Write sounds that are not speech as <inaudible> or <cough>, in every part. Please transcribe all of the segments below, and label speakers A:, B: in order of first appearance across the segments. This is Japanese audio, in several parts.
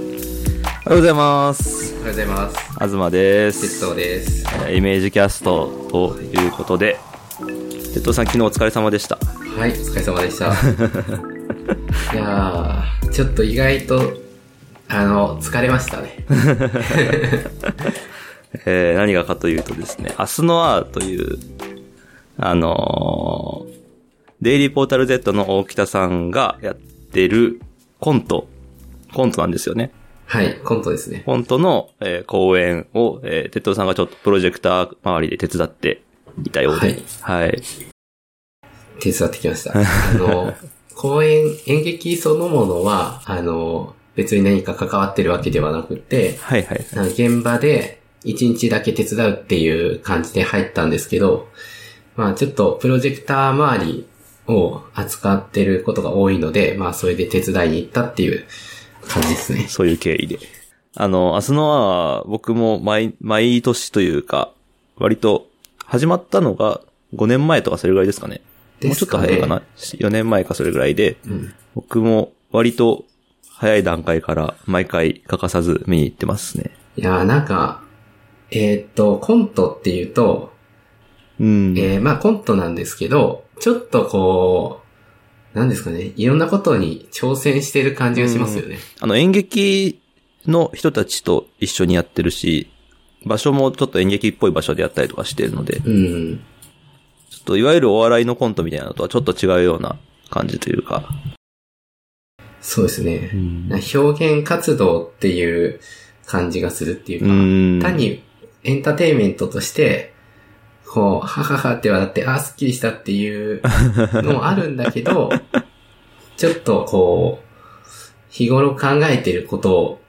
A: おはようございます。
B: おはようございます。
A: 東です。
B: 鉄道です。
A: えーイメージキャストということで、鉄道さん昨日お疲れ様でした。
B: はい、お疲れ様でした。いやー、ちょっと意外と、あの、疲れましたね。
A: えー何がかというとですね、アスノアーという、あのーデイリーポータル Z の大北さんがやってるコント、コントなんですよね。
B: はい、コントですね。
A: コントの、えー公演を、えー鉄道さんがちょっとプロジェクター周りで手伝っていたようで。はい。
B: 手伝ってきました。あの、公演、演劇そのものは、あの、別に何か関わってるわけではなくて、
A: はいはい。
B: あの現場で一日だけ手伝うっていう感じで入ったんですけど、まあちょっとプロジェクター周りを扱ってることが多いので、まあそれで手伝いに行ったっていう感じですね。
A: そういう経緯で。あの、明日のは僕も毎、毎年というか、割と始まったのが5年前とかそれぐらいですかね。も
B: で
A: うちょ
B: す
A: っと
B: かね
A: 早いかな ?4 年前かそれぐらいで、
B: うん。
A: 僕も割と早い段階から毎回欠かさず見に行ってますね。
B: いやーなんか、えーっと、コントっていうと、
A: うん。
B: えーまあコントなんですけど、ちょっとこう、なんですかね、いろんなことに挑戦してる感じがしますよね。
A: あの演劇の人たちと一緒にやってるし、場所もちょっと演劇っぽい場所でやったりとかしてるので、
B: うん。
A: ちょっといわゆるお笑いのコントみたいなのとはちょっと違うような感じというか。
B: そうですね。な表現活動っていう感じがするっていうか、
A: うん
B: 単にエンターテインメントとして、こう、はははって笑って、あー、すっきりしたっていうのもあるんだ
A: <laughs>
B: けど、ちょっとこう、日頃考えてることを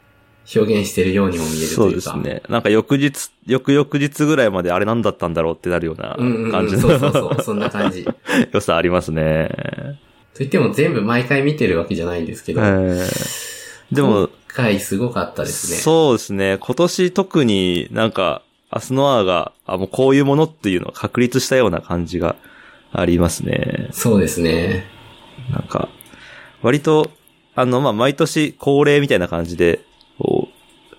B: 表現してるようにも見える
A: そ
B: と
A: う
B: い
A: で
B: うか。
A: すね。なんか翌日、翌々日ぐらいまであれ何だったんだろうってなるような
B: うんうん、う
A: 感
B: ん、
A: じ
B: そうそうそ
A: の
B: う、そんな感じ。と
A: <laughs> 良さありますね。
B: 言っても全部毎回見てるわけじゃないんですけど、
A: え
B: 今
A: ーでも、
B: 回すごかったですね。
A: そうですね。今年特になんか、アスノアが、あ、もうこういうものっていうのを確立したような感じがありますね。
B: そうですね。
A: なんか、割と、あの、まあ、毎年恒例みたいな感じで、こう、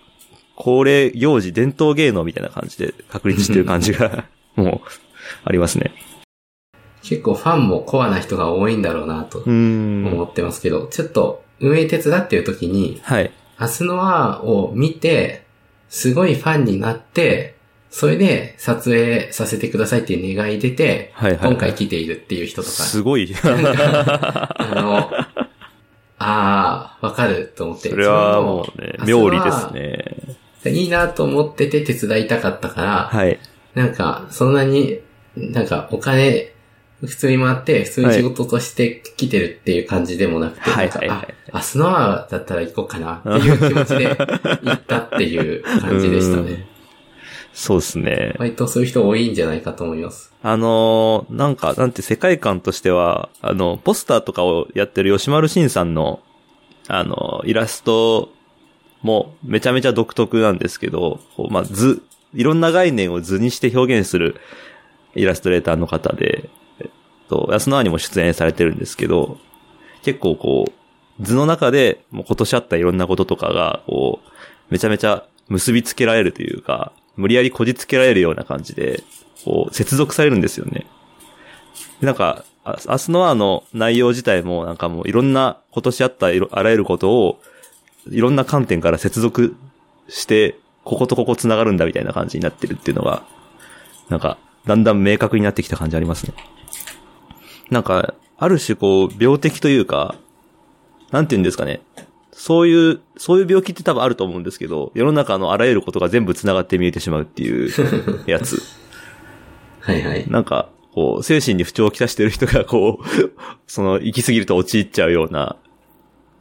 A: 恒例行事、伝統芸能みたいな感じで確立してる感じ <laughs> が、もう、ありますね。
B: 結構ファンもコアな人が多いんだろうなと
A: う
B: 思
A: ん。
B: ってますけど、ちょっと運営手伝ってる時に、
A: はい。
B: 明日のアを見て、すごいファンになって、それで撮影させてくださいっていう願い出て、
A: はいはい。
B: 今回来ているっていう人とか、
A: すご <laughs> い。
B: あの、ああ、わかると思って。
A: それはもう <laughs> ね、妙理で
B: ね
A: すね。
B: いいなと思ってて手伝いたかったから、
A: はい。
B: なんか、そんなに、なんかお金、普通に回って、普通に仕事として来てるっていう感じでもなくて、
A: はい
B: なんか
A: はいはいはい
B: あ、明日のアだったら行こうかなっていう気持ちで行ったっていう感じでした
A: うん
B: ね。
A: そうですね。
B: 割とそういう人多いんじゃないかと思います。
A: あのーなんか、なんて世界観としては、あの、ポスターとかをやってる吉丸慎さんの、あの、イラストもめちゃめちゃ独特なんですけど、こうまあ、図、いろんな概念を図にして表現するイラストレーターの方で、えっと、安野にも出演されてるんですけど、結構こう、図の中でもう今年あったいろんなこととかが、こう、めちゃめちゃ結びつけられるというか、無理やりこじつけられるような感じで、こう、接続されるんですよね。でなんか、あ明日のあの内容自体もなんかもういろんな今年あったいろあらゆることを、いろんな観点から接続して、こことここ繋がるんだみたいな感じになってるっていうのが、なんか、だんだん明確になってきた感じありますね。なんか、ある種こう、病的というか、なんて言うんですかね。そういう、そういう病気って多分あると思うんですけど、世の中のあらゆることが全部繋がって見えてしまうっていうやつ。
B: はいはい。
A: なんか、こう、精神に不調をきたしてる人が、こう、 <laughs> その、行き過ぎると陥っちゃうような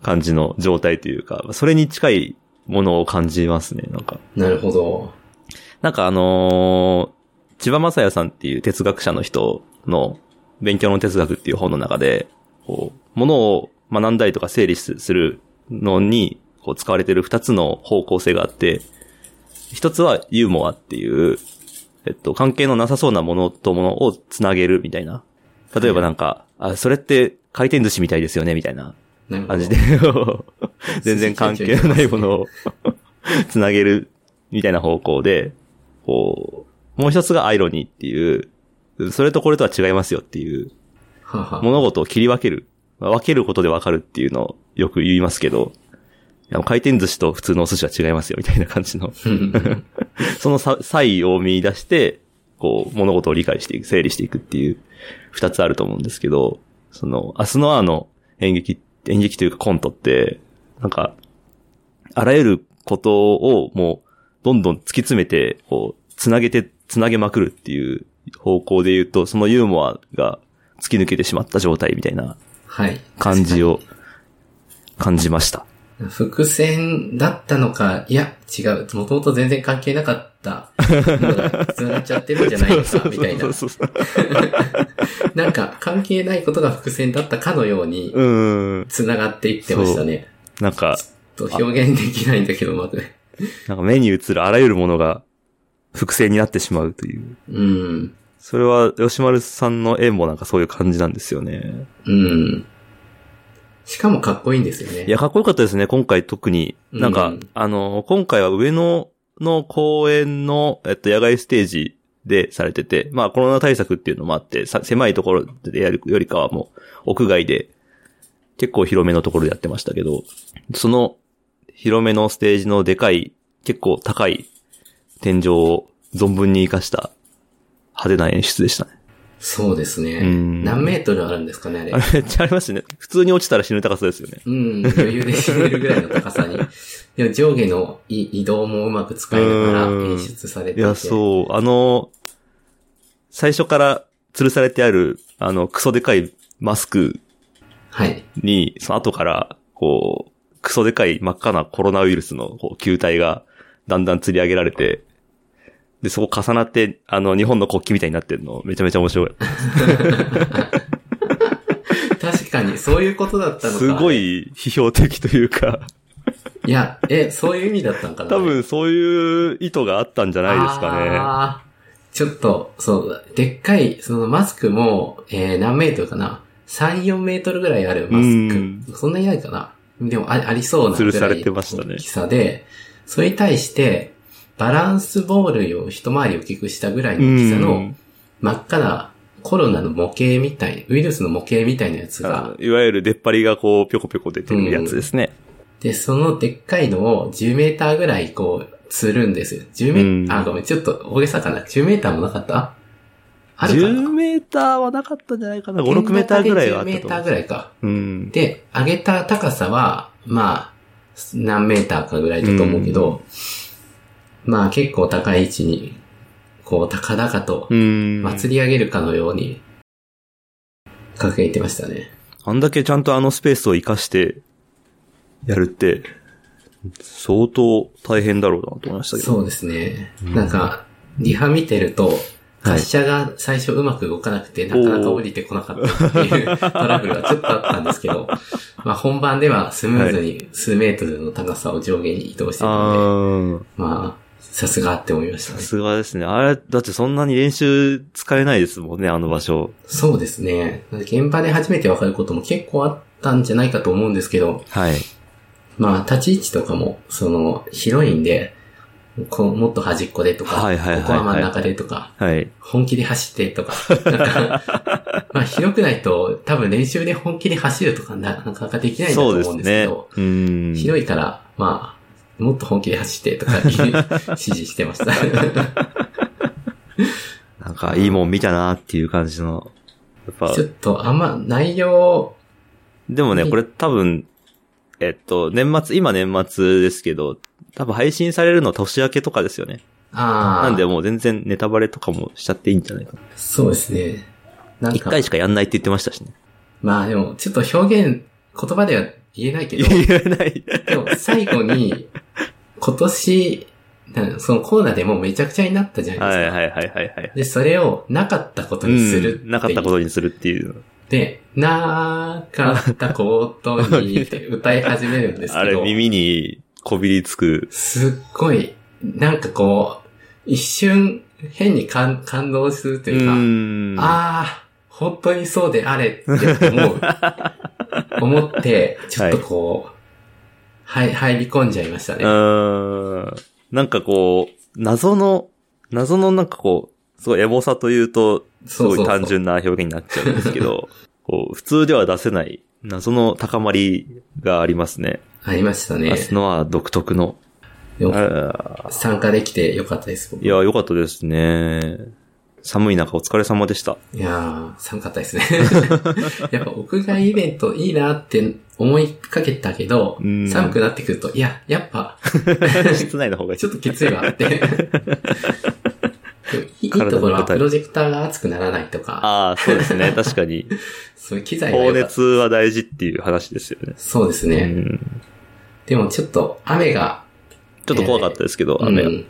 A: 感じの状態というか、それに近いものを感じますね、なんか。
B: なるほど。
A: なんかあのー千葉雅也さんっていう哲学者の人の勉強の哲学っていう本の中で、こう、ものを学んだりとか整理すするのに、こう、使われてる二つの方向性があって、一つはユーモアっていう、えっと、関係のなさそうなものとものをつなげるみたいな。例えばなんか、あ、それって回転寿司みたいですよね、みたいな。
B: なるほど。
A: 感じで、全然関係ないものをつなげるみたいな方向で、こう、もう一つがアイロニーっていう、それとこれとは違いますよっていう、
B: はは。
A: 物事を切り分ける。まあ分けることで分かるっていうのをよく言いますけど、いや回転寿司と普通のお寿司は違いますよみたいな感じの、その差差異を見出して、こう、物事を理解していく、整理していくっていう、二つあると思うんですけど、その、明日のアーの演劇、演劇というかコントって、なんか、あらゆることをもう、どんどん突き詰めて、こう、つなげて、つなげまくるっていう方向で言うと、そのユーモアが突き抜けてしまった状態みたいな
B: <laughs> はい。
A: 感じを感じました。
B: 伏線だったのか、いや、違う。もともと全然関係なかったのが繋がっちゃってるんじゃないのか、みたいな
A: <laughs> そう。そうそう。
B: なんか、関係ないことが伏線だったかのように、
A: うん。
B: 繋がっていってましたね。
A: なんか、
B: と表現できないんだけど、うまく。
A: なんか目に映るあらゆるものが複製になってしまうという。
B: うん。
A: それは吉丸さんの絵もなんかそういう感じなんですよね。
B: うん。しかもかっこいいんですよね。
A: いや、かっこよかったですね、今回特に。なんか、
B: うん
A: あの、今回は上野の公園の、えっと、野外ステージでされてて、まあコロナ対策っていうのもあって、さ狭いところでやるよりかはもう、屋外で、結構広めのところでやってましたけど、その広めのステージのでかい、結構高い天井を存分に活かした派手な演出でしたね。
B: そうですね。
A: うん
B: 何メートルあるんですかね、あれ
A: あ。れめっちゃありますね。普通に落ちたら死ぬ高さですよね。
B: うん、余裕で死ねるぐらいの
A: <laughs>
B: 高さに。でも上下のい移動もうまく使いながら
A: うん
B: 演出されてい
A: い
B: て。
A: や、そう、あの、最初から吊るされてある、あの、クソでかいマスク
B: はい。
A: に、その後から、こう、クソでかい真っ赤なコロナウイルスのこう球体がだんだん吊り上げられて、で、そこ重なって、あの、日本の国旗みたいになってるの、めちゃめちゃ面白い。
B: 確かに、 <laughs> そういうことだったのか。
A: すご。い批評的という
B: <laughs>
A: か、
B: いや、え、そういう意味だったのかな。
A: 多分そういう意図があったんじゃないですか
B: あーちょっと、そう、でっかい、そのマスクも、えー、何メートルかな ?3、4メートルぐらいあるマ
A: うん
B: スク。そんなにないかなでもあ、ありそうなぐらい
A: 吊るされてましたね
B: 大きさで、それに対して、バランスボールを一回り大きくしたぐらい
A: ね。
B: の大きさ
A: う
B: の
A: ん、
B: 真っ赤なコロナの模型みたい、ウイルスの模型みたいなやつ
A: あ
B: が
A: の、いわゆる出っ張りがこう、ぴょこぴょこ出てるやつですね。
B: で、そのでっかいのを10メーターぐらいこう、釣るんですよ。10メー
A: うん
B: あ、ごめん、ちょっと大げさかな。10メーターもなかったあるかな
A: 10メーターはなかったんじゃないかな。5、6メーターぐらいはあっ
B: 10メ
A: たと
B: ータ
A: 思
B: ー
A: う。
B: ぐらいか。
A: うん。
B: で、上げた高さは、まあ、何メーターかぐらいだと思うけど、まあ結構高い位置に、こう、高々と
A: う、ん。
B: 祭り上げるかのように、掲げてましたね。
A: あんだけちゃんとあのスペースを活かして、やるって、相当大変だろうなと思いましたけど。
B: そうですね。なんか、リハ見てると、滑車が最初うまく動かなくて、なかなか降りてこなかったっていう <laughs> トラブルがちょっとあったんですけど、まあ本番ではスムーズに数メートルの高さを上下に移動してたので、
A: ああ、
B: まあ、さすがって思いました
A: さ
B: ね。
A: すがですね。あれ、だってそんなに練習使えないですもんね、あの場所。
B: そうですね。現場で初めてわかることも結構あったんじゃないかと思うんですけど、
A: はい。
B: まあ、立ち位置とかも、その、広いんで、こうもっと端っこでとか、
A: はいはいはいはい
B: ここは真ん中でとか、
A: はい。
B: 本気で走ってとか、な
A: <laughs>
B: んか、まあ、広くないと、多分練習で本気で走るとかな、なかなかできないんだと
A: そうで
B: 思
A: す
B: うんですけ
A: ね
B: ど、。
A: うん。
B: 広いから、まあ、もっと本気で走ってとかっていう指示して
A: <laughs>
B: ました。
A: なんかいいもん見たなっていう感じの。やっぱ
B: ちょっと、あんま、内容、
A: でもね、
B: はい
A: これ多分、えっと、年末、今年末ですけど、多分配信されるの年明けとかですよね。
B: ああ、
A: なんでもう全然ネタバレとかもしちゃっていいんじゃないかな。
B: そうですね。なん
A: 一
B: か、
A: 回しかやんないって言ってましたしね。
B: まあでも、ちょっと表現、言葉では言えないけど、
A: 言えない。
B: でも最後に、今年、なそのコーナーでもうめちゃくちゃになったじゃないです
A: <laughs> はい
B: か。
A: はいはいはいはい。
B: で、それをなかったことにするっていう
A: うんなかったことにするっていう。
B: で、なかったことにって歌い始めるんです
A: <laughs> あ
B: け
A: れ
B: ど、
A: 耳にこびりつく。
B: すっごい、なんかこう、一瞬変に感感動すると
A: う
B: いうか、
A: ん。
B: ああ、本当にそ
A: <laughs>
B: うであれって思う。思って、ちょっとこう、はい、入り込んじゃいました
A: う
B: ね。
A: ーん。なんかこう、謎の、謎のなんかこう、すごいエモさというと、す
B: そう
A: ご
B: そうそ
A: いう単純な表現になっちゃうんですけ <laughs> ど、こう、普通では出せない謎の高まりがありますね。
B: ありましたね
A: ア。スノア独特の。
B: でも
A: あ
B: 参加できてよかったです、
A: ー
B: 僕
A: いや、良かったですね。寒い中お疲れ様でした。
B: いやー、寒かったですね。 <laughs> やっぱ屋外イベントいいなって思いかけたけど、
A: うん
B: 寒くなってくると、いや、やっぱ、
A: <laughs> 室内の方がいい
B: ちょっときつい
A: <laughs>
B: わって。でもいいいいところはプロジェクターが熱くならないとか、
A: ああ、そうです <laughs> ね。確かに。
B: そういう機材が
A: 放
B: 良かった
A: 熱は大事っていう話ですよね。
B: そうですね。
A: うん
B: でもちょっと雨が、
A: ちょっと怖かったですけど、
B: う
A: 雨
B: ん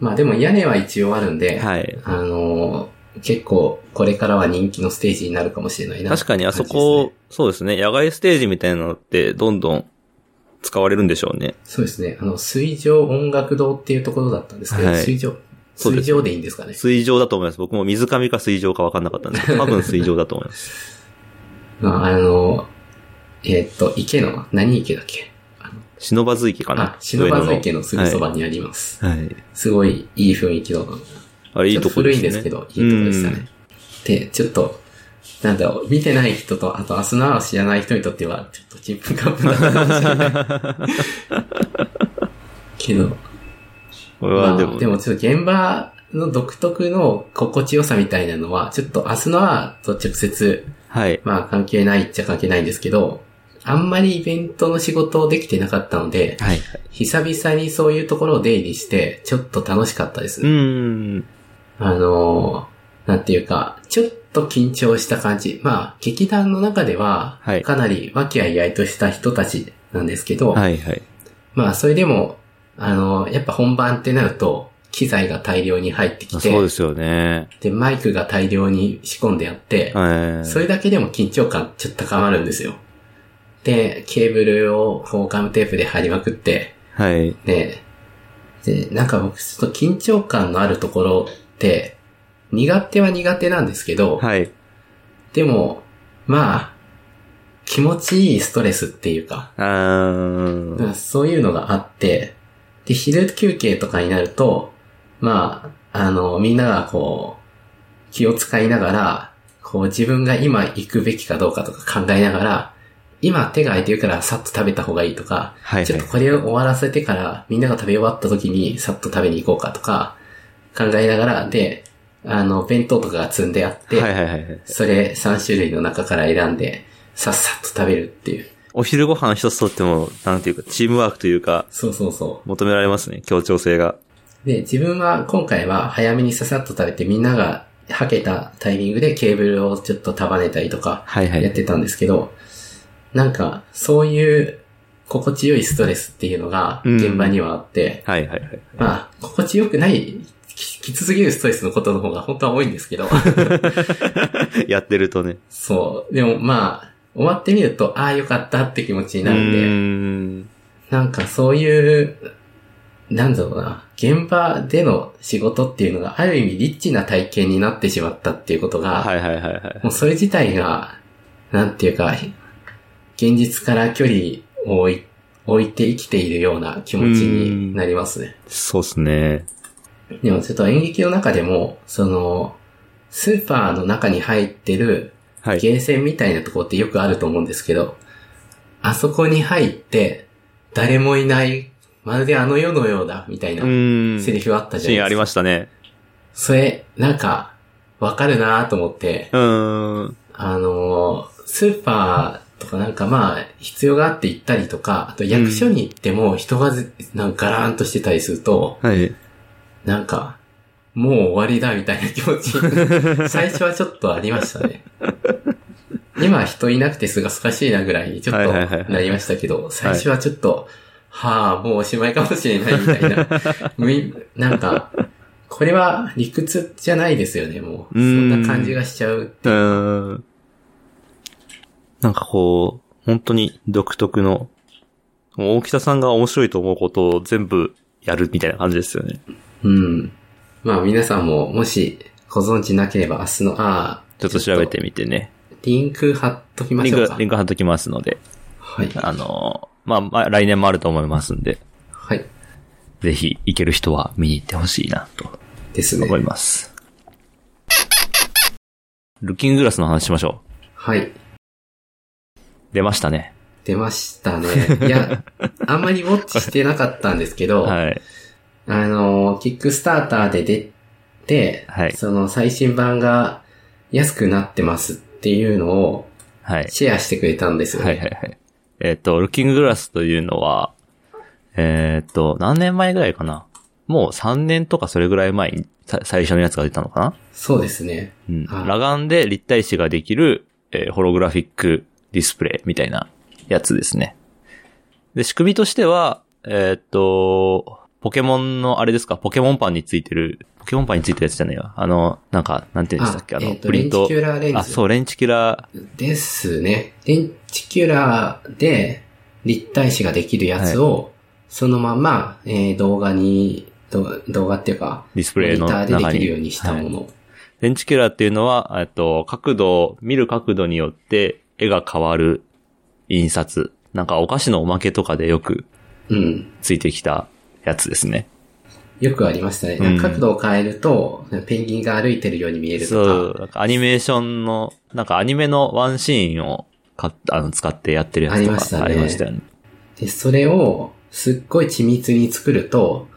B: まあでも屋根は一応あるんで、
A: が。はい。
B: あのー結構これからは人気のステージになるかもしれないな。
A: 確かにあそこ、そうですね。野外ステージみたいなのって、どんどん使われるんでしょうね。
B: そうですね。あの、水上音楽堂っていうところだったんですけど、
A: はい
B: 水上、
A: そうで
B: 水
A: す
B: 上でいいんですかね。
A: 水上だと思います。僕も水上か水上か分かんなかったんです
B: <laughs>
A: けど、多分水上だと思います。
B: まあ、あの、えーっと、池の、何池だっけ
A: 忍ばず池かな
B: あ、忍ばず池
A: 上野
B: のすぐそばにあります。
A: はい。
B: すごいいい雰囲気の、
A: あれ、いい
B: ちょ
A: と
B: っと
A: こ
B: 古
A: ですね。
B: いんですけど、いいとこでした
A: うん
B: ね。で、ちょっと、なんだろう、見てない人と、あと、アスナーを知らない人にとっては、ちょっとチンプンカンプンだったかもしれない。
A: <laughs>
B: けど、
A: これはでも、
B: まあ、でもちょっと現場の独特の心地よさみたいなのは、ちょっと明日のはと直接、
A: はい。
B: まあ関係ないっちゃ関係ないんですけど、あんまりイベントの仕事をできてなかったので、
A: はい。
B: 久々にそういうところを出入りして、ちょっと楽しかった
A: う
B: です。
A: ーん。
B: あのーなんていうか、ちょっと緊張した感じ。まあ、劇団の中では
A: はい、
B: かなり和気あいあいとした人たちなんですけど、
A: はいはい。
B: まあ、それでも、あの、やっぱ本番ってなると、機材が大量に入ってきて、
A: そうですよね。
B: でマイクが大量に仕込んであって、
A: はい。
B: それだけでも緊張感ちょっと高まるんですよ。で、ケーブルをこうガムテープで貼りまくって、
A: はい。
B: で、で、なんか僕ちょっと緊張感のあるところって、苦手は苦手なんですけど、
A: はい。
B: でも、まあ、気持ちいいストレスっていうか、
A: あー
B: だからそういうのがあって、で、昼休憩とかになると、まあ、あの、みんながこう、気を使いながら、こう自分が今行くべきかどうかとか考えながら、今手が空いてるからさっと食べた方がいいとか、
A: はい
B: ちょ
A: は
B: っ
A: い
B: と。これを終わらせてからみんなが食べ終わった時にさっと食べに行こうかとか、考えながら、で、あの、弁当とかが積んであって、
A: はいはいはいはい。
B: それ3種類の中から選んで、さっさっと食べるっていう。
A: お昼ご飯一つとっても、なんていうか、チームワークというか、
B: そうそうそう。
A: 求められますね、協調性が。
B: で、自分は今回は早めにささっと食べてみんながはけたタイミングでケーブルをちょっと束ねたりとか
A: はいは
B: やっ
A: い。
B: てたんですけど、なんかそういう心地よいストレスっていうのが
A: うん
B: 現場にはあって、
A: はいはいはい。
B: まあ、心地よくない、ききつすぎるストレスのことの方が本当は多いんです
A: <laughs>
B: けど、
A: やってるとね。
B: そう。でもまあ、終わってみると、ああよかったって気持ちに
A: う
B: なるんで、
A: ーん。
B: なんかそういう、なんだろうな、現場での仕事っていうのがある意味リッチな体験になってしまったっていうことが、
A: はいはいはいはい。
B: もうそれ自体が、なんていうか、現実から距離を置い置いて生きているような気持ちになりますね。
A: そうっすね。
B: でもちょっと演劇の中でも、その、スーパーの中に入ってる
A: はい。
B: ゲーセンみたいなところってよくあると思うんですけど、あそこに入って、誰もいない、まるであの世のようだ、みたいうな
A: ーん。
B: セリフあったじゃ
A: シー
B: ないですか。
A: ンありましたね。
B: それ、なんか、わかるなと思って、
A: うーん。
B: あのースーパーとかなんかまあ、必要があって行ったりとか、あと役所に行っても人がずなんかガラーンとしてたりすると、
A: はい。
B: なんか、もう終わりだみたいな
A: <laughs>
B: 気持ち、最初はちょっとありましたね。今人いなくてすがすがしいなぐらいにちょっ
A: はいはいはいは
B: と
A: い
B: なりましたけど、最初はちょっと、はあ、もうおしまいかもしれないみた
A: <laughs>
B: いな。無意なんか、これは理屈じゃないですよね、もう。
A: う
B: そ
A: ん
B: んな感じがしちゃう。
A: うーん。なんかこう、本当に独特の、もう大北さんが面白いと思うことを全部やるみたいな感じですよね。
B: うん。まあ皆さんももしご存知なければ明日の、ああ、
A: ちょっと調べてみてね。
B: リンク貼っときま
A: リン
B: しょう
A: ク
B: か、。
A: リンク貼っときますので、
B: はい。
A: あのまあ、まあ、来年もあると思いますんで、
B: はい。
A: ぜひ行ける人は見に行ってほしいなと
B: ですね
A: 思。います。ルッキンググラスの話しましょ
B: はい。
A: う。出ましたね。
B: 出ましたね。いや、あんまりウォッチしてなかったんですけど、
A: はい。
B: あの、キックスターターで出て、
A: はい
B: その最新版が安くなってますっていうのを
A: はい。
B: シェアしてくれたんですよ、ね。
A: はいはいはい。えっ、と、ルッキンググラスというのは、えっ、と、何年前ぐらいかなもう3年とかそれぐらい前にさ最初のやつが出たのかな
B: そうですね。
A: うん。
B: はい
A: 裸眼で立体視ができる、えーホログラフィックディスプレイみたいなやつですね。で、仕組みとしては、えーっと、ポケモンの、あれですか、ポケモンパンについてる、ポケモンパンについてるやつじゃねえわ。あの、なんか、なんて言うんでしたっけ、あ
B: あ
A: の、
B: えーと
A: プリン
B: レン
A: ト
B: チキュラーレンズ
A: あ、そう、レンチキュラー。
B: ですね。レンチキュラーで立体視ができるやつを、そのまま、えー動画に、動画動画っていうか、
A: ディスプレイの
B: モニターでで
A: 中に
B: きるようにしたもの。
A: レンチキュラーっていうのは、えっと、角度、見る角度によって絵が変わる印刷。なんかお菓子のおまけとかでよく
B: うん。
A: ついてきたやつですね。
B: よくありましたね。なんか角度を変えると、ペンギンが歩いてるように見える
A: そ
B: と
A: う、なんかアニメーションの、なんかアニメのワンシーンをかあの使ってやってるやつ
B: ありまし
A: と
B: た
A: か
B: ね
A: ありましたよね。
B: か。で、それをすっごい緻密に作ると、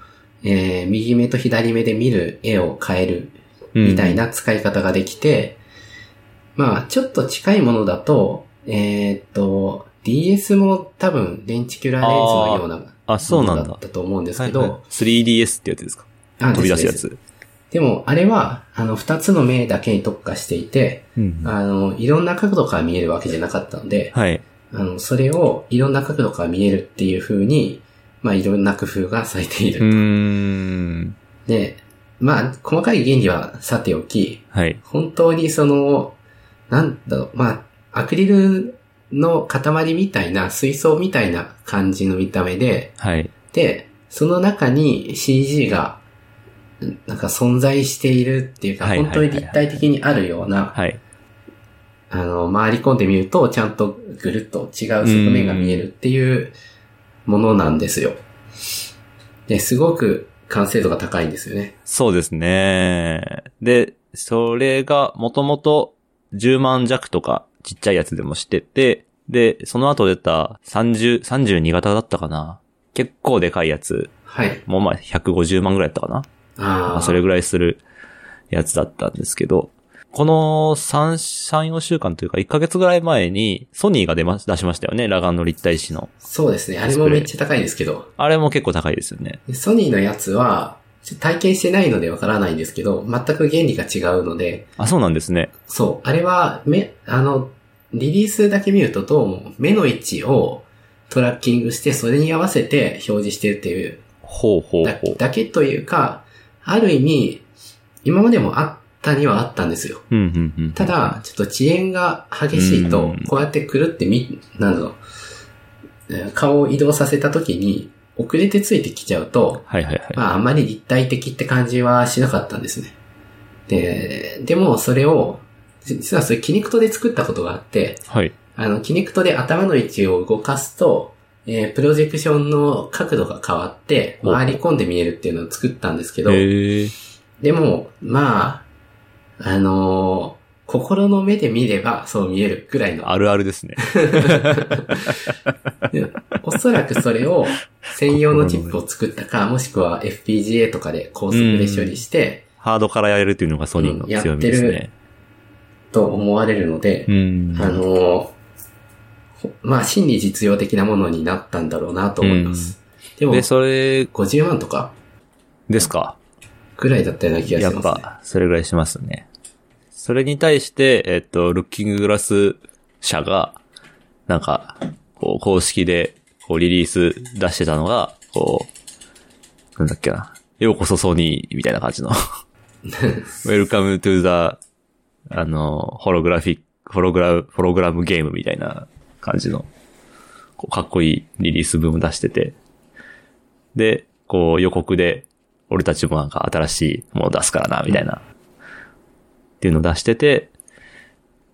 B: えー右目と左目で見る絵を変える
A: うん
B: みたい。な使い方ができて、まあ、ちょっと近いものだと、えーっと、DS も多分、レンチキュラーレンズのような
A: あ、そうな
B: も
A: ん
B: のだ
A: だ
B: っ。たと思うんです
A: は
B: け
A: い
B: ど、
A: はい 3DS ってやつですか
B: あ
A: 飛び出すや。
B: ですです
A: つ。
B: でも、あれは、あの、二つの目だけに特化していて、
A: うん
B: あの、いろんな角度から見えるわけじゃなかったので、
A: はい。
B: あの、それをいろんな角度から見えるっていう風に、まあ、いろんな工夫がされていうる。
A: ーん。
B: で、まあ、細かい原理はさておき、
A: はい。
B: 本当にその、なんだろう、まあ、アクリルの塊みたいな、水槽みたいな感じの見た目で、
A: はい。
B: で、その中に CG が、うんなんか存在しているっていうか、
A: はいはい
B: 本
A: はい
B: 当
A: はい
B: に立体的にあるような、
A: はい。
B: あの、回り込んでみると、ちゃんとぐるっと違う側面が見えるっていうものなんですよ。で、すごく完成度が高いんですよね。
A: そうですね。で、それがもともと10万弱とかちっちゃいやつでもしてて、で、その後出た30、32型だったかな。結構でかいやつ。
B: はい。
A: もうまあ150万ぐらいだったかな。
B: あ
A: ま
B: あ。
A: あそれぐらいするやつだったんですけど、この3、3、4週間というか1ヶ月ぐらい前にソニーが出ま、出しましたよね。ラガンの立体視の。
B: そうですね。あれもめっちゃ高いんですけど。
A: あれも結構高いですよね。
B: でソニーのやつは、ちょっと体験してないのでわからないんですけど、全く原理が違うので、
A: あ、そうなんですね。
B: そう、あれは、目、あの、リリースだけ見るとどうも目の位置をトラッキングして、それに合わせて表示してるっていう
A: ほうほう
B: だ
A: ほう。
B: だけというか、ある意味、今までもあったにはあったんですよ。
A: うん、うん、うん。
B: ただ、ちょっと遅延が激しいと
A: うん、
B: こうやってくるってみ、なんだろうえー、顔を移動させた時に、遅れてついてきちゃうと、
A: はいはいはい。
B: まあ、あまり立体的って感じはしなかったんですね。で、でもそれを、じ実はそれキネクトで作ったことがあって、
A: はい。
B: あの、キネクトで頭の位置を動かすと、えープロジェクションの角度が変わって、
A: ほう
B: 回り込んで見えるっていうのを作ったんですけど、
A: へえ。
B: でも、まあ、あのー心の目で見ればそう見えるぐらいの。
A: あるあるですね。
B: でおそらくそれを専用のチップを作ったか、もしくは FPGA とかで高速で処理して、
A: ハードからやれるっていうのがソニーの強みですね。
B: と思われるので
A: う、ん。
B: あの、ほまあ、真に実用的なものになったんだろうなと思います。でも、
A: で、それ
B: 50万とか
A: ですか。
B: ぐらいだったような気がし
A: や
B: ま
A: っ
B: す、ね。
A: ぱ、それぐらいしますね。それに対して、えっと、ルッキンググラス社が、なんか、こう、公式で、こう、リリース出してたのが、こう、なんだっけな。ようこそソニー、みたいな感
B: <laughs>
A: じの。Welcome to the, あの、ホログラフィック、ホログラ、ホログラムゲームみたいな感じの、こうかっこいいリリース分を出してて。で、こう予告で、俺たちもなんか新しいもの出すからな、みたいな、っていうのを出してて、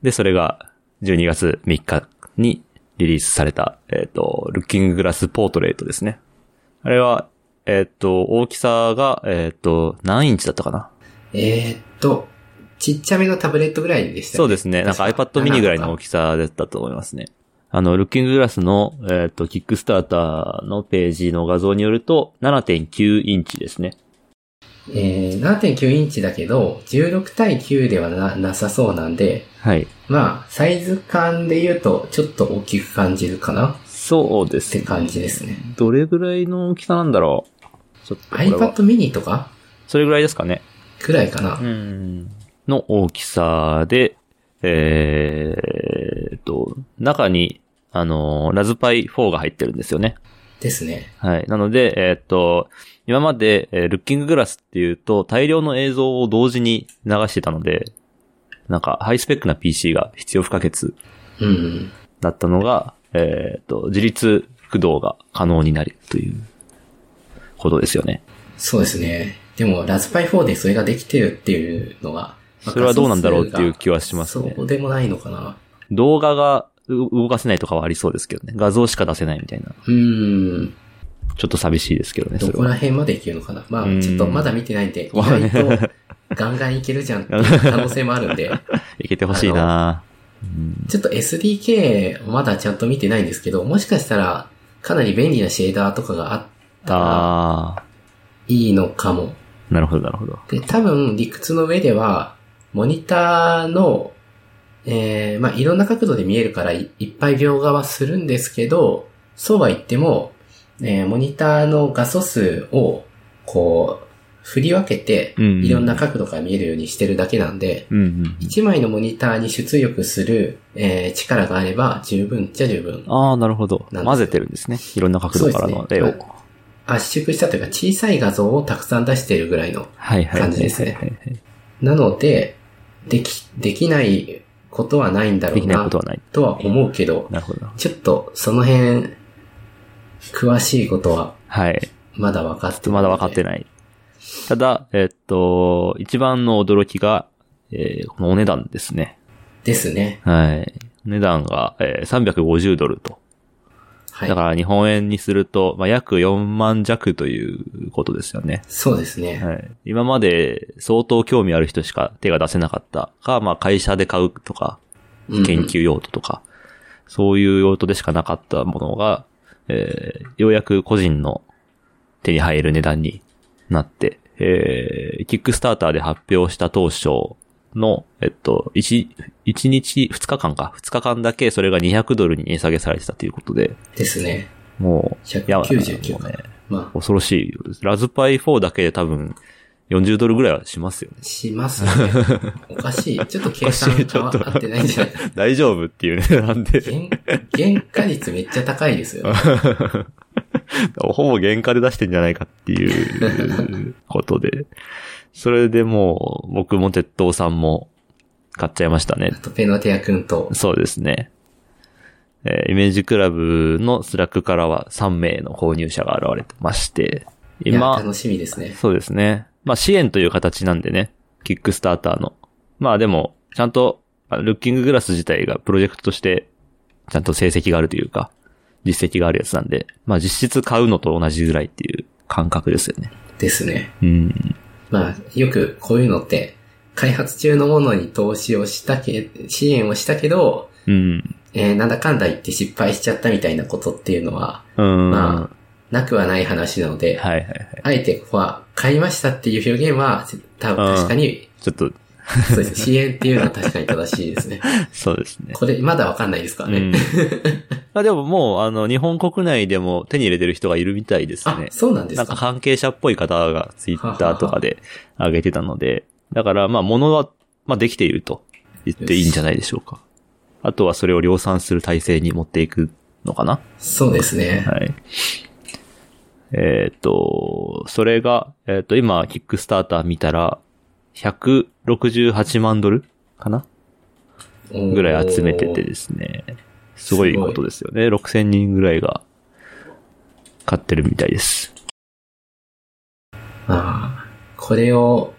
A: で、それが12月3日にリリースされた、えっ、と、ルッキンググラスポートレートですね。あれは、えっ、と、大きさが、えっ、と、何インチだったかな
B: えーっと、ちっちゃめのタブレットぐらいでした、ね。
A: そうですね。なんか iPad mini ぐらいの大きさだったと思いますね。あの、ルッキンググラスの、えっ、と、キックスターターのページの画像によると、7.9インチですね。
B: えー、7.9インチだけど、16対9ではななさそうなんで、
A: はい。
B: まあ、サイズ感で言うと、ちょっと大きく感じるかなっ
A: そうです
B: て
A: ね。
B: 感じですね。
A: どれぐらいの大きさなんだろうちょっとこれは
B: iPad。mini とか
A: それぐらいですかね。
B: くらいかな。
A: うん。の大きさで、えーっと、中に、あの、ラズパイ4が入ってるんですよね。
B: ですね。
A: はい。なので、えーっと、今まで、えールッキンググラスっていうと、大量の映像を同時に流してたので、なんか、ハイスペックな PC が必要不可欠
B: うん。
A: だったのが、えーっと、自立駆動が可能になるということですよね。
B: そうですね。でも、ラズパイ4でそれができてるっていうのが、
A: それはどうなんだろうっていう気はしますね
B: そうでもないのかな。
A: 動画がう動かせないとかはありそうですけどね。画像しか出せないみたいな。
B: うん。
A: ちょっと寂しいですけどね、
B: ど
A: それ
B: こら
A: は。
B: 辺までいけるのかな。ま
A: うん
B: あ、ちょっとまだ見てないんで、意
A: わかんな
B: 外
A: い
B: とガンガンいけるじゃんっていう可能性もあるんで、
A: いけてほしいな
B: ちょっと SDK まだちゃんと見てないんですけど、もしかしたらかなり便利なシェーダーとかがあったら
A: ああ
B: いいのかも。
A: ー、なるほど、なるほど。
B: で、多分理屈の上では、モニターの、えー、まあ、いろんな角度で見えるからいいっぱい描画はするんですけど、そうは言っても、えー、モニターの画素数を、こう、振り分けて、
A: うんうん
B: いろんな角度から見えるようにしてるだけなんで、
A: うんうん。
B: 1枚のモニターに出力する、えー力があれば十分っちゃ十分。
A: ああ、なるほど。
B: なんですよ
A: 混ぜてるんですね。いろんな角度からの絵を。
B: そうですね圧縮したというか小さい画像をたくさん出しているぐらいの
A: はいはいはいはいはい。
B: 感じですねなので、でき、できないことはないんだろ
A: で
B: う
A: きない
B: な
A: こと、はない。
B: とは思うけど、
A: なるほど。なるほど
B: ちょっとその辺、詳しいことは
A: はい。
B: まだ分かって
A: まだ分かって
B: ない。
A: ない。ただ、えっと、一番の驚きが、えーこのお値段ですね。
B: ですね。
A: はい。お値段が、えー350ドルと。
B: はい
A: だ。から日本円にすると、まあ、約4万弱ということですよね。
B: そうですね。
A: はい。今まで相当興味ある人しか手が出せなかったか、まあ会社で買うとか、
B: うん
A: 研究用途とか、そういう用途でしかなかったものが、えーようやく個人の手に入る値段になって、えー、キックスターターで発表した当初の、えっと、1、一日、2日間か、2日間だけそれが200ドルに値下げされてたということで、
B: ですね。
A: もう、やばい
B: 199
A: もう
B: か
A: ね
B: な。まあ、
A: 恐ろしいようです。ラズパイ4だけで多分40ドルぐらいはしますよね。
B: しま
A: <laughs>
B: すね。おかしい。ちょっと計算
A: おかしいちょ
B: が
A: っと
B: 合ってないんじゃないか。
A: <laughs> 大丈夫っていうね、なんで。
B: 原、原価率めっちゃ高いで
A: <laughs>
B: すよ。
A: ほぼ原価で出してんじゃないかっていうことで。それでもう、僕も鉄塔さんも買っちゃいましたね
B: あ。とペノテア君と、
A: そうですね。えーイメージクラブのスラックからは3名の購入者が現れてまして、
B: いや、
A: 今、
B: 楽しみですね。
A: そうですね。まあ支援という形なんでね、キックスターターの。まあでも、ちゃんと、あのルッキンググラス自体がプロジェクトとして、ちゃんと成績があるというか、実績があるやつなんで、まあ実質買うのと同じぐらいっていう感覚ですよね。
B: ですね。
A: うん。
B: まあ、よくこういうのって、開発中のものに投資をしたけ、支援をしたけど、
A: うん。
B: えーなんだかんだ言って失敗しちゃったみたいなことっていうのは、
A: うん。
B: まあ、なくはない話なので、
A: はいはいはい。
B: あえてここは、買いましたっていう表現は、多分
A: うん
B: 確かに、
A: ちょっと、
B: そうです。支援っていうのは確かに正しいですね。
A: そうですね。
B: これ、まだわかんないですから
A: う
B: ね。
A: ん。あでももう、あの、日本国内でも手に入れてる人がいるみたいです
B: あ
A: ね、。
B: そうなんで
A: なん
B: す
A: か
B: か。
A: 関係者っぽい方がツイッターとかで上げてたので、だからまあ物は、まあできていると言っていいんじゃないでしょうか。あとはそれを量産する体制に持っていくのかな
B: そうですね。
A: はい。えーっ、と、それが、えーっ、と、今、キックスターター見たら、168万ドルかなぐらい集めててですね。すごいことですよね。6000人ぐらいが買ってるみたいです。
B: まあ、これを、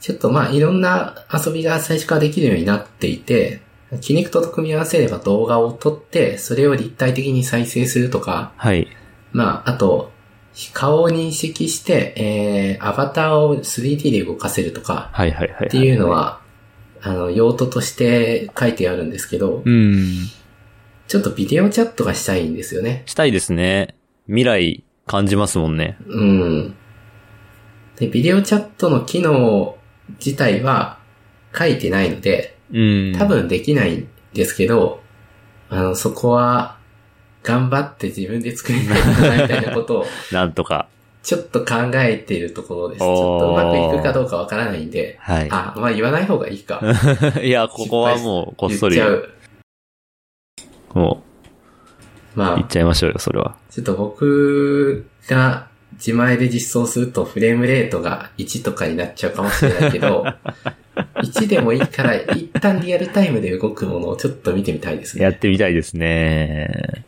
B: ちょっとまあいろんな遊びが最初からできるようになっていて、キネクトと組み合わせれば動画を撮って、それを立体的に再生するとか、
A: はい。
B: まあ、あと、顔を認識して、えー、アバターを 3D で動かせるとか、
A: はいはいはい。
B: っていうの。は、あの、用途として書いてあるんですけど、
A: うん。
B: ちょっとビデオチャットがしたいんですよね。
A: したいですね。未来感じますもんね。
B: うん。で、ビデオチャットの機能自体は書いてないので、
A: うん。
B: 多。分できないんですけど、あの、そこは、頑張って自分で作れないかなみたいな
A: <laughs>
B: ことを、
A: なんとか。
B: ちょっと考えているところです。ち
A: おー
B: ょっとうまくいくかどうかわからないんで、
A: はい。
B: あ、まあ言わない方がいいか。
A: <laughs> いや、ここはも <laughs> うこっ
B: 言っ
A: そり
B: ち、ゃう。
A: もう
B: ま
A: 言っ
B: あ、
A: ちゃいましょうよ、それは。
B: ちょっと僕が自前で実装するとフレームレートが1とかになっちゃうかもしれないけ
A: <laughs>
B: ど、1でもいいから一旦リアルタイムで動くものをちょっと見てみたいです
A: やっ
B: ね。
A: てみたいですね。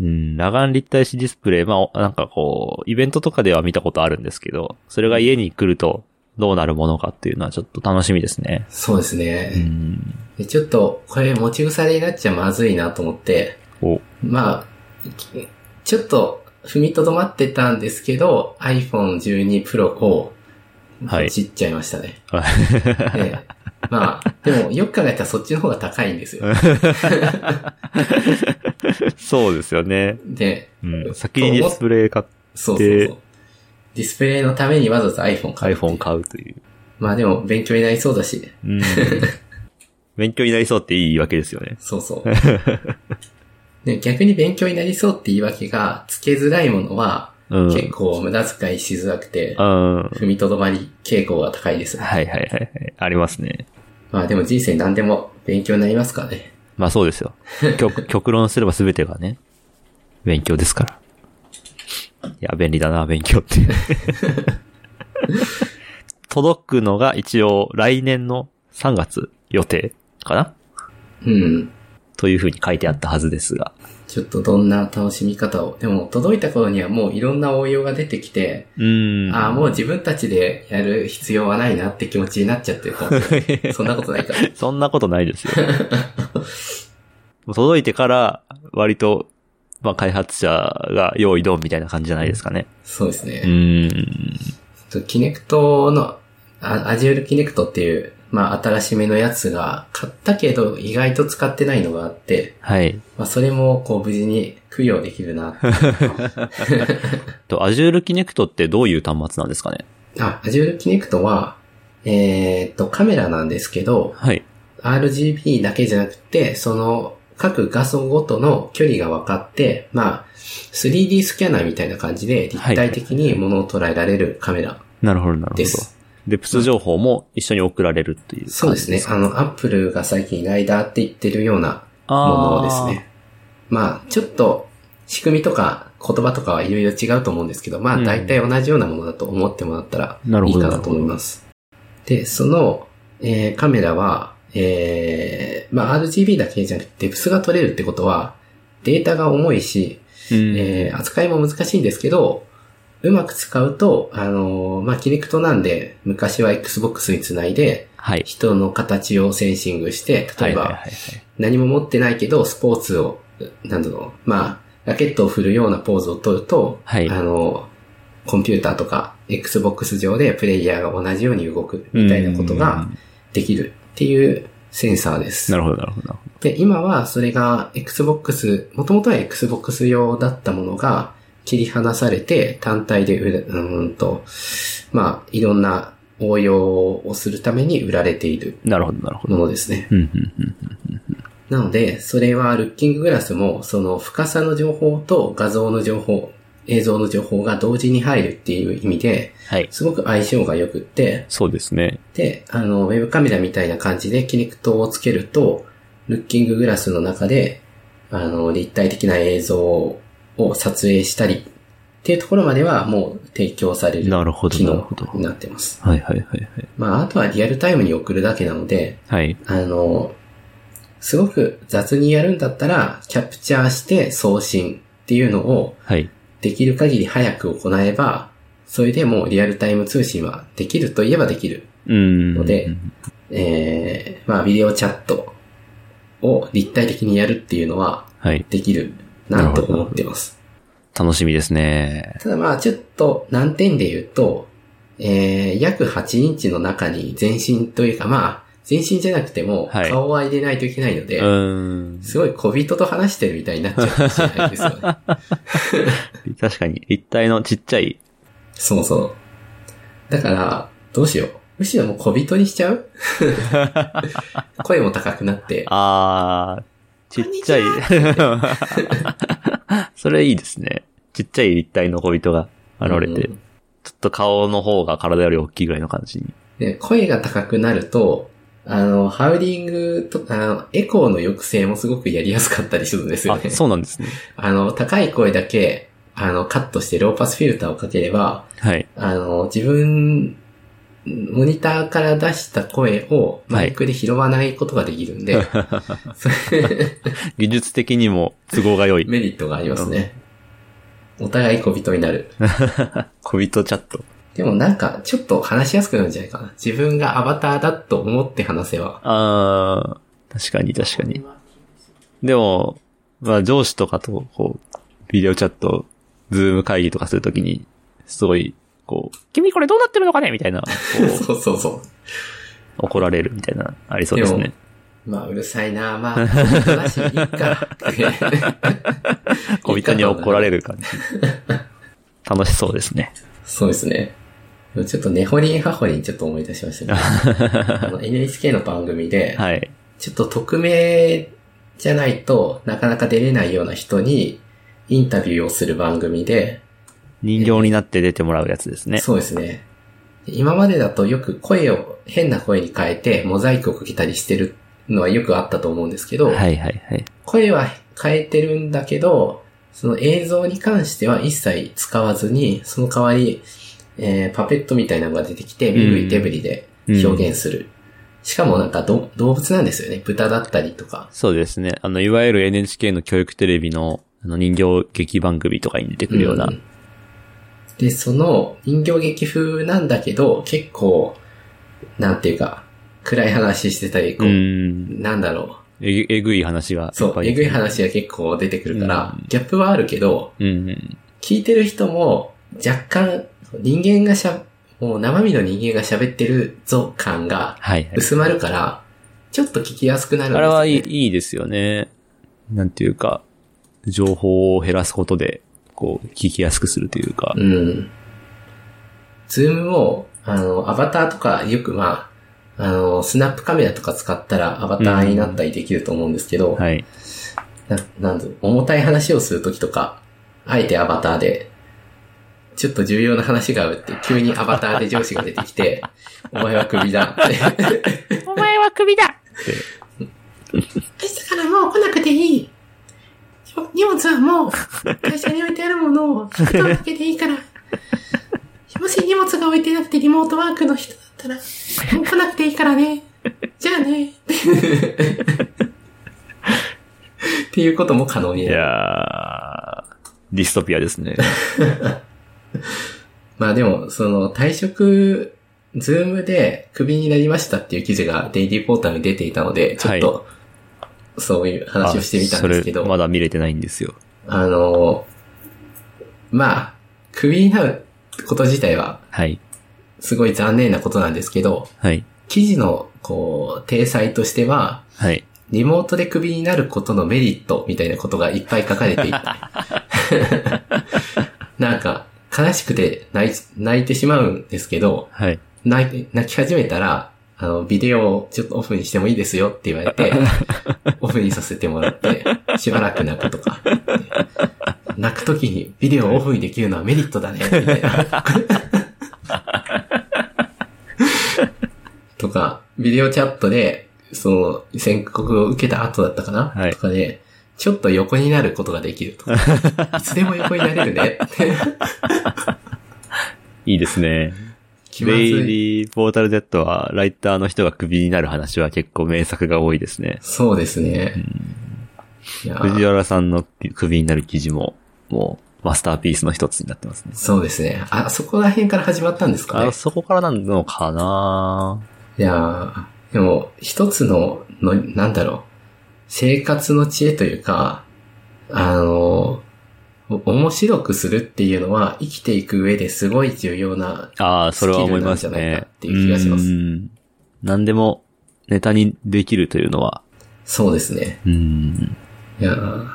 A: うん、裸眼立体視ディスプレイ、まあお、なんかこう、イベントとかでは見たことあるんですけど、それが家に来るとどうなるものかっていうのはちょっと楽しみですね。
B: そうです
A: う
B: ね。
A: ん。
B: でちょっとこれ持ち腐れになっちゃまずいなと思って、
A: お、
B: まあ、きちょっと踏みとどまってたんですけど、iPhone12 Pro を
A: はい
B: ポチっちゃいましたね。
A: は
B: でまあ、でもよく考えたらそっちの方が高いんですよ。
A: そうですよね。
B: で、
A: うん。先にディスプレイ買っ
B: そうそうそう。
A: で
B: ディスプレイのためにわざわざ iPhone 買うっていう。
A: iPhone 買うという。
B: まあでも勉強になりそうだし、
A: <laughs> うん。勉強になりそうっていい言い訳ですよね。
B: そうそう。
A: <laughs>
B: で逆に勉強になりそうって言い訳が、つけづらいものは、
A: うん。
B: 結構無駄遣いしづらくて、
A: うん。はい
B: 踏みとどまり傾向が高いですね。
A: はいはいはい。ありますね。
B: まあでも人生何でも勉強になりますからね。
A: まあそうですよ。 <laughs> 極極論すれば全てがね、勉強ですから。いや、便利だな、勉強 <laughs> って。届くのが一応来年の3月予定かな
B: うん。
A: というふうに書いてあったはずですが。
B: ちょっとどんな楽しみ方を。でも届いた頃にはもういろんな応用が出てきて、
A: うーん。
B: ああ、もう自分たちでやる必要はないなって気持ちになっちゃってるかもしれ
A: <laughs>
B: ないそんなことないから。
A: そんなことないですよ。 <laughs> もう届いてから、割と、まあ開発者が用意ドンみたいな感じじゃないですかね。
B: そうです
A: う
B: ね。
A: ーん。
B: キネクトの、あ Azure Kinect っていう、まあ新しめのやつが、買ったけど意外と使ってないのがあって、
A: はい。
B: まあそれもこう無事に供養できるな。
A: と、Azure Kinect ってどういう端末なんですかね
B: あ、Azure Kinect は、えーっと、カメラなんですけど、
A: はい。
B: RGB だけじゃなくて、その各画素ごとの距離が分かって、まあ、3D スキャナーみたいな感じで立体的にものを捉えられるカメラ
A: なるほど、なるほど。
B: です。
A: デプス情報も一緒に送られるっていう。
B: そうですね。あの、Apple が最近ライダーって言ってるようなものですね。まあ、ちょっと仕組みとか言葉とかはいろいろ違うと思うんですけど、ま
A: う
B: あ、
A: ん
B: 大体同じようなものだと思ってもらったら
A: なる
B: い
A: ほ
B: い
A: ど
B: かなと思います。で、その、えーカメラは、えーまあ、RGB だけじゃなくて、デプスが取れるってことは、データが重い
A: あ
B: し、
A: ー。うん
B: えー扱いも難しいんですけど、うまく使うと、あのーまあ、キネクトなんで、昔は Xbox につないで、
A: はい。
B: 人の形をセンシングして、
A: は
B: 例
A: い
B: え
A: はいは
B: ば
A: いはい。
B: 何も持ってないけど、スポーツを、なんだろう、まあ、ラケットを振るようなポーズを取ると、
A: はい
B: あの、コンピューターとか Xbox 上でプレイヤーが同じように動くみたいなことができるっていうセンサーで
A: うん。
B: す
A: な。るほど、なるほどなるほ
B: で、今はそれが Xbox、もともとは Xbox 用だったものが切り離されて単体で売れ、うーんと、まあ、いろんな応用をするために売られている
A: ど。なるほど、なるほど。
B: ものですね。
A: うん、うん、うん。
B: なので、それはルッキンググラスも、その深さの情報と画像の情報、映像の情報が同時に入るっていう意味で、
A: はい。
B: すごく相性が良くって、
A: そうですね。
B: で、あの、ウェブカメラみたいな感じでキネクトをつけると、ルッキンググラスの中で、あの、立体的な映像を撮影したり、っていうところまではもう提供される
A: なるほど、
B: 機
A: なる
B: 能
A: ほど。
B: になってます。
A: はいはいはいはい。
B: まあ、あとはリアルタイムに送るだけなので、
A: はい。
B: あの、すごく雑にやるんだったら、キャプチャーして送信っていうのを
A: はい。
B: できる限り早く行えば、それでもうリアルタイム通信はできるといえばできる
A: うん。
B: ので、えー、まあ、ビデオチャットを立体的にやるっていうのは
A: はい。
B: できるなと思ってます。
A: 楽しみですね。
B: ただまあ、ちょっと難点で言うと、えー、約8インチの中に全身というかまあ、全身じゃなくても
A: はい
B: 顔は入れないといけないの
A: う
B: で、
A: ーん。
B: すごい小人と話してるみたいになっちゃうかもしれないですよ <laughs> ね。
A: 確かに、立体のちっちゃい。
B: そうそう。だから、どうしよう。むしろもう小人にしちゃ <laughs> う声も高くなって。
A: あー、ちっちゃい
B: こんに。
A: <laughs> それいいですね。ちっちゃい立体の小人が現れて、
B: うん
A: ちょっと顔の方が体より大きいぐらいの感じに。
B: で声が高くなると、あの、ハウリングとか、あの、エコーの抑制もすごくやりやすかったりするんですよ
A: あ
B: ね、。
A: そうなんですね。
B: あの、高い声だけ、あの、カットしてローパスフィルターをかければ、
A: はい。
B: あの、自分、モニターから出した声をマイクで拾わないことができるんで、それ
A: 技術的にも都合が良
B: <laughs>
A: い。
B: メリットがありますね。お互い小人になる。
A: 小人チャット。
B: でもなんか、ちょっと話しやすくなるんじゃないかな。自分がアバターだと思って話せ
A: <laughs>
B: ば。
A: あー、確かに確かに。でも、まあ上司とかと、こう、ビデオチャット、ズーム会議とかするときに、すごい、こう、君これどうなってるのかねみたいな、こう、
B: そうそうそう。
A: 怒られるみたいな、ありそうです
B: で
A: ね
B: も。まあ、うるさいなま
A: <laughs>
B: あ、小人だし、いいか。 <laughs>
A: 小人に怒られる感じ。楽しそうですね。
B: そうですね。でもちょっと根掘り葉掘りにちょっと思い出し
A: <laughs>
B: ましたね。あの NHK の番組で、
A: はい。
B: ちょっと匿名じゃないとなかなか出れないような人にインタビューをする番組で、
A: 人形になって出てもらうやつですね。
B: そうですね。今までだとよく声を変な声に変えてモザイクをかけたりしてるのはよくあったと思うんですけど、
A: はいはいはい。
B: 声は変えてるんだけど、その映像に関しては一切使わずに、その代わり、えーパペットみたいなのが出てきて、身振り手振りで表現する。しかもなんかど動物なんですよね。豚だったりとか。
A: そうですね。あの、いわゆる NHK の教育テレビの、あの、人形劇番組とかに出てくるような。
B: んで、その人形劇風なんだけど、結構、なんていうか、暗い話してたり、こ
A: う
B: う、
A: ん。
B: なんだろ
A: えぐえぐい話が
B: う。そ
A: っぱ
B: う、えぐい話が結構出てくるから、
A: うん
B: ギャップはあるけど、
A: うんうん。
B: 聞いてる人も若干人間がしゃ、もう生身の人間が喋ってるぞ感が
A: はい、はい。
B: 薄まるから、ちょっと聞きやすくなるん
A: あ
B: です
A: れ
B: よ、ね。
A: はいいいいですよね。なんていうか、情報を減らすことで、こう、聞きやすくするというか。
B: うん。ズームも、あの、アバターとかよくまあ、あの、スナップカメラとか使ったらアバターになったりできると思うんですけど、
A: はい。
B: ななんだろう重たい話をするときとか、あえてアバターで、ちょっと重要な話があるって、急にアバターで上司が出てき <laughs> て、お前はクビだって。 <laughs>
A: お前はクビだ
B: 明日からもう来なくていい。荷物はもう会社に置いてあるものを引くだけでいいから。もし荷物が置いてなくてリモートワークの人だったら、もう来なくていいからね。じゃあね。 <laughs> っていうことも可能に
A: い
B: なる。
A: やー、ディストピアですね。
B: まあでも、その退職、ズームでクビになりましたっていう記事がデイリーポータルに出ていたので、ちょっと、そういう話をしてみたんですけど。
A: あそれまだ見れてないんですよ。
B: あの、まあ、クビになること自体は
A: はい。
B: すごい残念なことなんですけど、
A: はい。
B: 記事の、こう、体裁としては、
A: はい。
B: リモートでクビになることのメリットみたいなことがいっぱい書かれてい
A: <laughs>
B: て。なんか、悲しくて泣い泣いてしまうんですけど、
A: はい。
B: 泣い泣き始めたら、あの、ビデオをちょっとオフにしてもいいですよって言われ
A: <laughs>
B: て、オフにさせてもらって、しばらく泣くとか。泣くときにビデオをオフにできるのはメリットだね、みたいな。 <laughs> とか、ビデオチャットで、その、宣告を受けた後だったかな、
A: はい
B: とかで、ちょっと横になることができるとか。
A: <laughs>
B: いつでも横になれるねって。
A: いいですね。
B: 気まず
A: デイ
B: い。
A: リーポータル Z は、ライターの人がクビになる話は結構名作が多いですね。
B: そうですね。いやー
A: 藤原さんのクビになる記事も、もう、マスターピースの一つになってますね。
B: そうですね。あ、そこら辺から始まったんですか
A: あ
B: ね。
A: そこからなのかない
B: やーでも、一つの、の、なんだろう、生活の知恵というか、あの、お面白くするっていうのは生きていく上ですごい重要な、
A: ああ、それは思います
B: スキルなんじゃない
A: ね
B: か。っていう気がします
A: うん。何でもネタにできるというのは。
B: そうですね。
A: うん。
B: いやー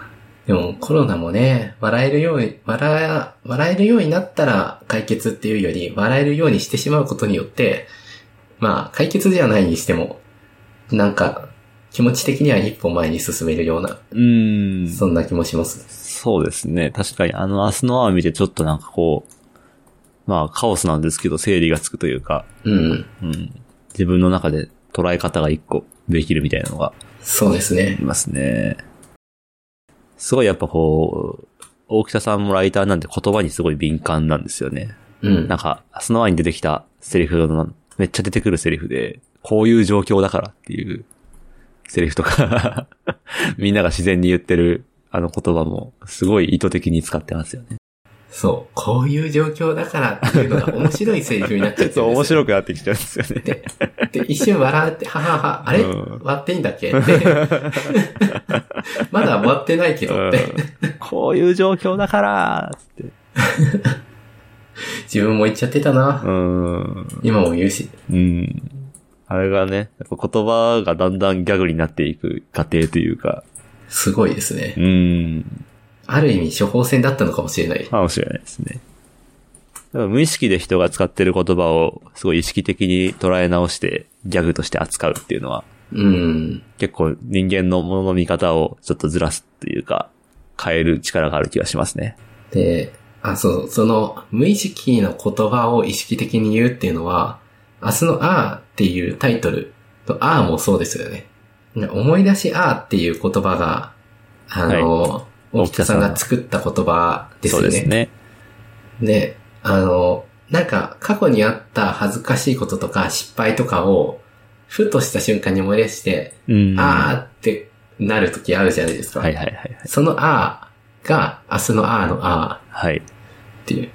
B: でもコロナもね、笑えるように、笑え、笑えるようになったら解決っていうより、笑えるようにしてしまうことによって、まあ、解決ではないにしても、なんか、気持ち的には一歩前に進めるような、
A: うん。
B: そんな気もします。
A: そうですね。確かに、あの、明日のアワ見てちょっとなんかこう、まあ、カオスなんですけど、整理がつくというか、
B: うん。
A: うん。自分の中で捉え方が一個できるみたいなのが
B: そうです
A: あ
B: ね
A: り。ますね。すごいやっぱこう、大北さんもライターなんで言葉にすごい敏感なんですよね。
B: うん
A: なん。か、その前に出てきたセリフの、めっちゃ出てくるセリフで、こういう状況だからっていうセリフとか、 <laughs> みんなが自然に言ってるあの言葉も、すごい意図的に使ってますよね。
B: そう。こういう状況だからっていうのが面白いセリフになっちゃってるんですよ。
A: くなってきちゃうんですよね。
B: で、一瞬笑って、ははは、あれ、
A: うん
B: 割っていいんだっけって
A: <laughs>
B: <laughs> まだ割ってないけどって。
A: <laughs> こういう状況だから、つって。
B: 自分も言っちゃってたな。
A: うん。
B: 今も言うし。
A: うん。あれがね、やっぱ言葉がだんだんギャグになっていく過程というか、
B: すごいですね。
A: うん。
B: ある意味処方箋だったのかもしれない。
A: かもしれないですね。だから無意識で人が使ってる言葉をすごい意識的に捉え直してギャグとして扱うっていうのは
B: うん。
A: 結構人間のものの見方をちょっとずらすというか変える力がある気がしますね。
B: で、あ、そう、その、無意識の言葉を意識的に言うっていうのは、明日のあーっていうタイトルとあーもそうですよね。思い出しあーっていう言葉が、あの、
A: い
B: 沖田さんが作った言葉です
A: そう
B: よね。
A: ですね。
B: で、あの、なんか過去にあった恥ずかしいこととか失敗とかを、ふとした瞬間に思い出して、
A: うん。
B: あーってなるときあるじゃないですか。
A: はいはいはいはい。
B: そのあーが、明日のあーのあ
A: はい。
B: ーっていう。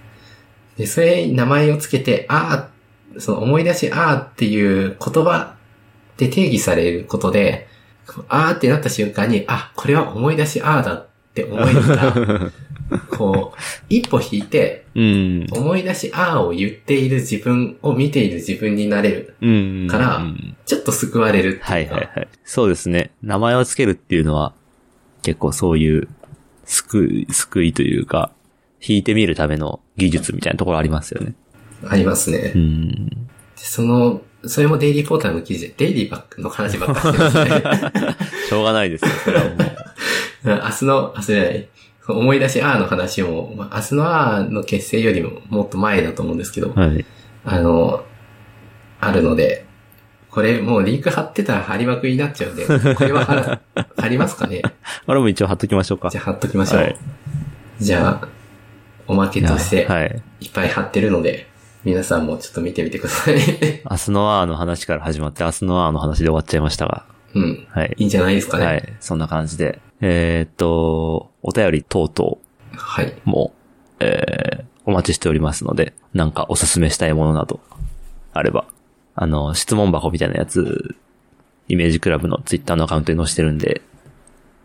B: で、それに名前をつけて、あー、その思い出しあーっていう言葉で定義されることで、あーってなった瞬間に、あ、これは思い出しあーだって思えるから、
A: <laughs>
B: こう、一歩引いて、
A: うん。
B: 思い出しあーを言っている自分を見ている自分になれる。
A: うん。
B: から
A: うん
B: ちょっと救われるっていうか。
A: はいはいはい。そうですね。名前をつけるっていうのは、結構そういう、救い、救いというか、弾いてみるための技術みたいなところありますよね。
B: ありますね
A: う。ん。
B: でその、それもデイリーポーターの記事で、デイリーばっかの話ばっかりしてますね。
A: <laughs> しょうがないですよ、それはもう。
B: 明日の、明日じゃない、思い出しあーの話も、まあ、明日のあーの結成よりももっと前だと思うんですけど、
A: はい。
B: あの、あるので、これもうリンク貼ってたら貼りまくりになっちゃうんで、これは貼
A: <laughs>
B: ら貼りますかね
A: あれも一応貼っときましょうか。
B: じゃあ貼っときましょう。
A: はい
B: じゃあ、おまけとして、
A: はい。
B: いっぱい貼ってるので、皆さんもちょっと見てみてください。
A: 明
B: <laughs>
A: 日のアーの話から始まって、明日のアーの話で終わっちゃいましたが。
B: うん。
A: はい。
B: いいんじゃないですかね。
A: は。い。そんな感じで。えーっと、お便り等々
B: はい。
A: も、えーお待ちしておりますので、なんかおすすめしたいものなど、あれば、あの、質問箱みたいなやつ、イメージクラブのツイッターのアカウントに載せてるんで、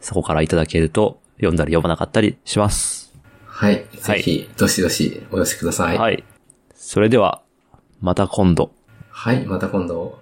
A: そこからいただけると、読んだり読まなかったりします。
B: はい。
A: は
B: ぜ
A: い
B: ひ、どしどしお寄せくださ。
A: はいい。それでは、また今度。
B: はい、また今度。